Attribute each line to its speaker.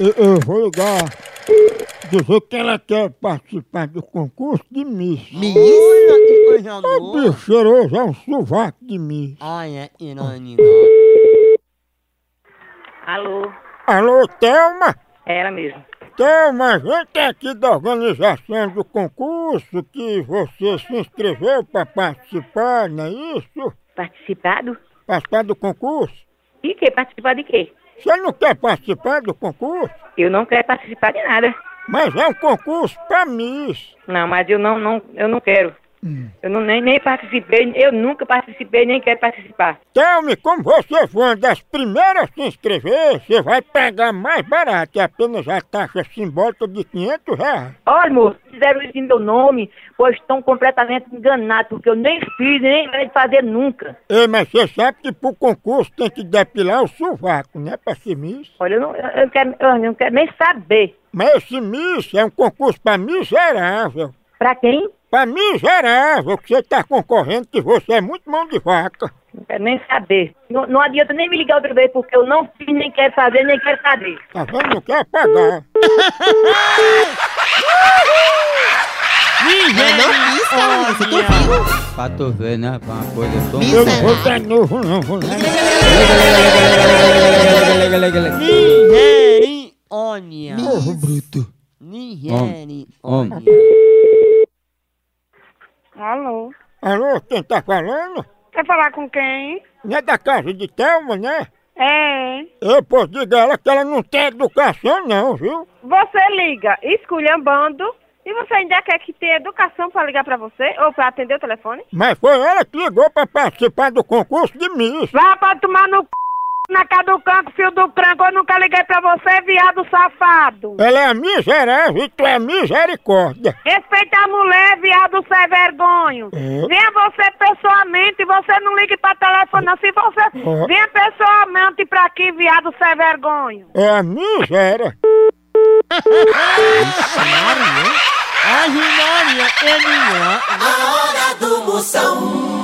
Speaker 1: eu, eu vou ligar, dizer que ela quer participar do concurso de Miss.
Speaker 2: Menina, que coisa
Speaker 1: O
Speaker 2: louca.
Speaker 1: bicho cheiroso é um sovaco de Miss.
Speaker 2: Olha, Irani.
Speaker 3: Alô,
Speaker 1: Alô, Thelma?
Speaker 3: é ela mesmo.
Speaker 1: Thelma, a gente é aqui da organização do concurso que você se inscreveu para participar, não é isso?
Speaker 3: Participado?
Speaker 1: Participar do concurso?
Speaker 3: De quê? Participar de quê?
Speaker 1: Você não quer participar do concurso?
Speaker 3: Eu não quero participar de nada.
Speaker 1: Mas é um concurso para Miss.
Speaker 3: Não, mas eu não, não, eu não quero. Eu não, nem, nem participei, eu nunca participei, nem quero participar.
Speaker 1: Thelma, como você foi uma das primeiras a se inscrever, você vai pagar mais barato, é apenas a taxa simbólica de 500 reais.
Speaker 3: Olha, moço, fizeram isso em meu nome, pois estão completamente enganados, porque eu nem fiz, nem quero fazer nunca.
Speaker 1: Ei, mas você sabe que pro concurso tem que depilar o sovaco, né, pra ser Miss?
Speaker 3: Olha, eu não, eu, eu quero, eu não quero nem saber.
Speaker 1: Mas esse Miss é um concurso pra miserável.
Speaker 3: Pra quem?
Speaker 1: Pra miserável, que você tá concorrendo que você é muito mão de vaca.
Speaker 3: Não quero nem saber. Não, não adianta nem me ligar outra vez, porque eu não fiz, nem quero fazer, nem quero saber.
Speaker 1: Tá vendo? Não quer pagar.
Speaker 2: Mas não pisca, Larissa, tu viu?
Speaker 4: Pra tu ver, né, rapaz? Uma coisa tão...
Speaker 1: Eu não vou dar novo, não, vou não.
Speaker 2: Nigeriônia.
Speaker 4: Porro bruto.
Speaker 2: Nigeriônia.
Speaker 5: Alô?
Speaker 1: Alô, quem tá falando?
Speaker 5: Quer falar com quem?
Speaker 1: Não é da casa de Thelma, né?
Speaker 5: É.
Speaker 1: Eu posso diga a ela que ela não tem educação, não, viu?
Speaker 5: Você liga esculhambando e você ainda quer que tenha educação pra ligar pra você ou pra atender o telefone?
Speaker 1: Mas foi ela que ligou pra participar do concurso de Miss.
Speaker 5: Vá pra tomar no c... na cara do canto, fio do cranco. Eu nunca liguei pra você, viado safado.
Speaker 1: Ela é a miserável e tu é a misericórdia.
Speaker 5: Respeita a mulher, viado sem vergonho.
Speaker 1: É.
Speaker 5: Venha você pessoalmente, você não ligue pra telefone não. Se você...
Speaker 1: É.
Speaker 5: Venha pessoalmente pra aqui, viado sem vergonho.
Speaker 1: É a miséria.
Speaker 2: Maria. A Maria é minha.
Speaker 6: A hora do Moção.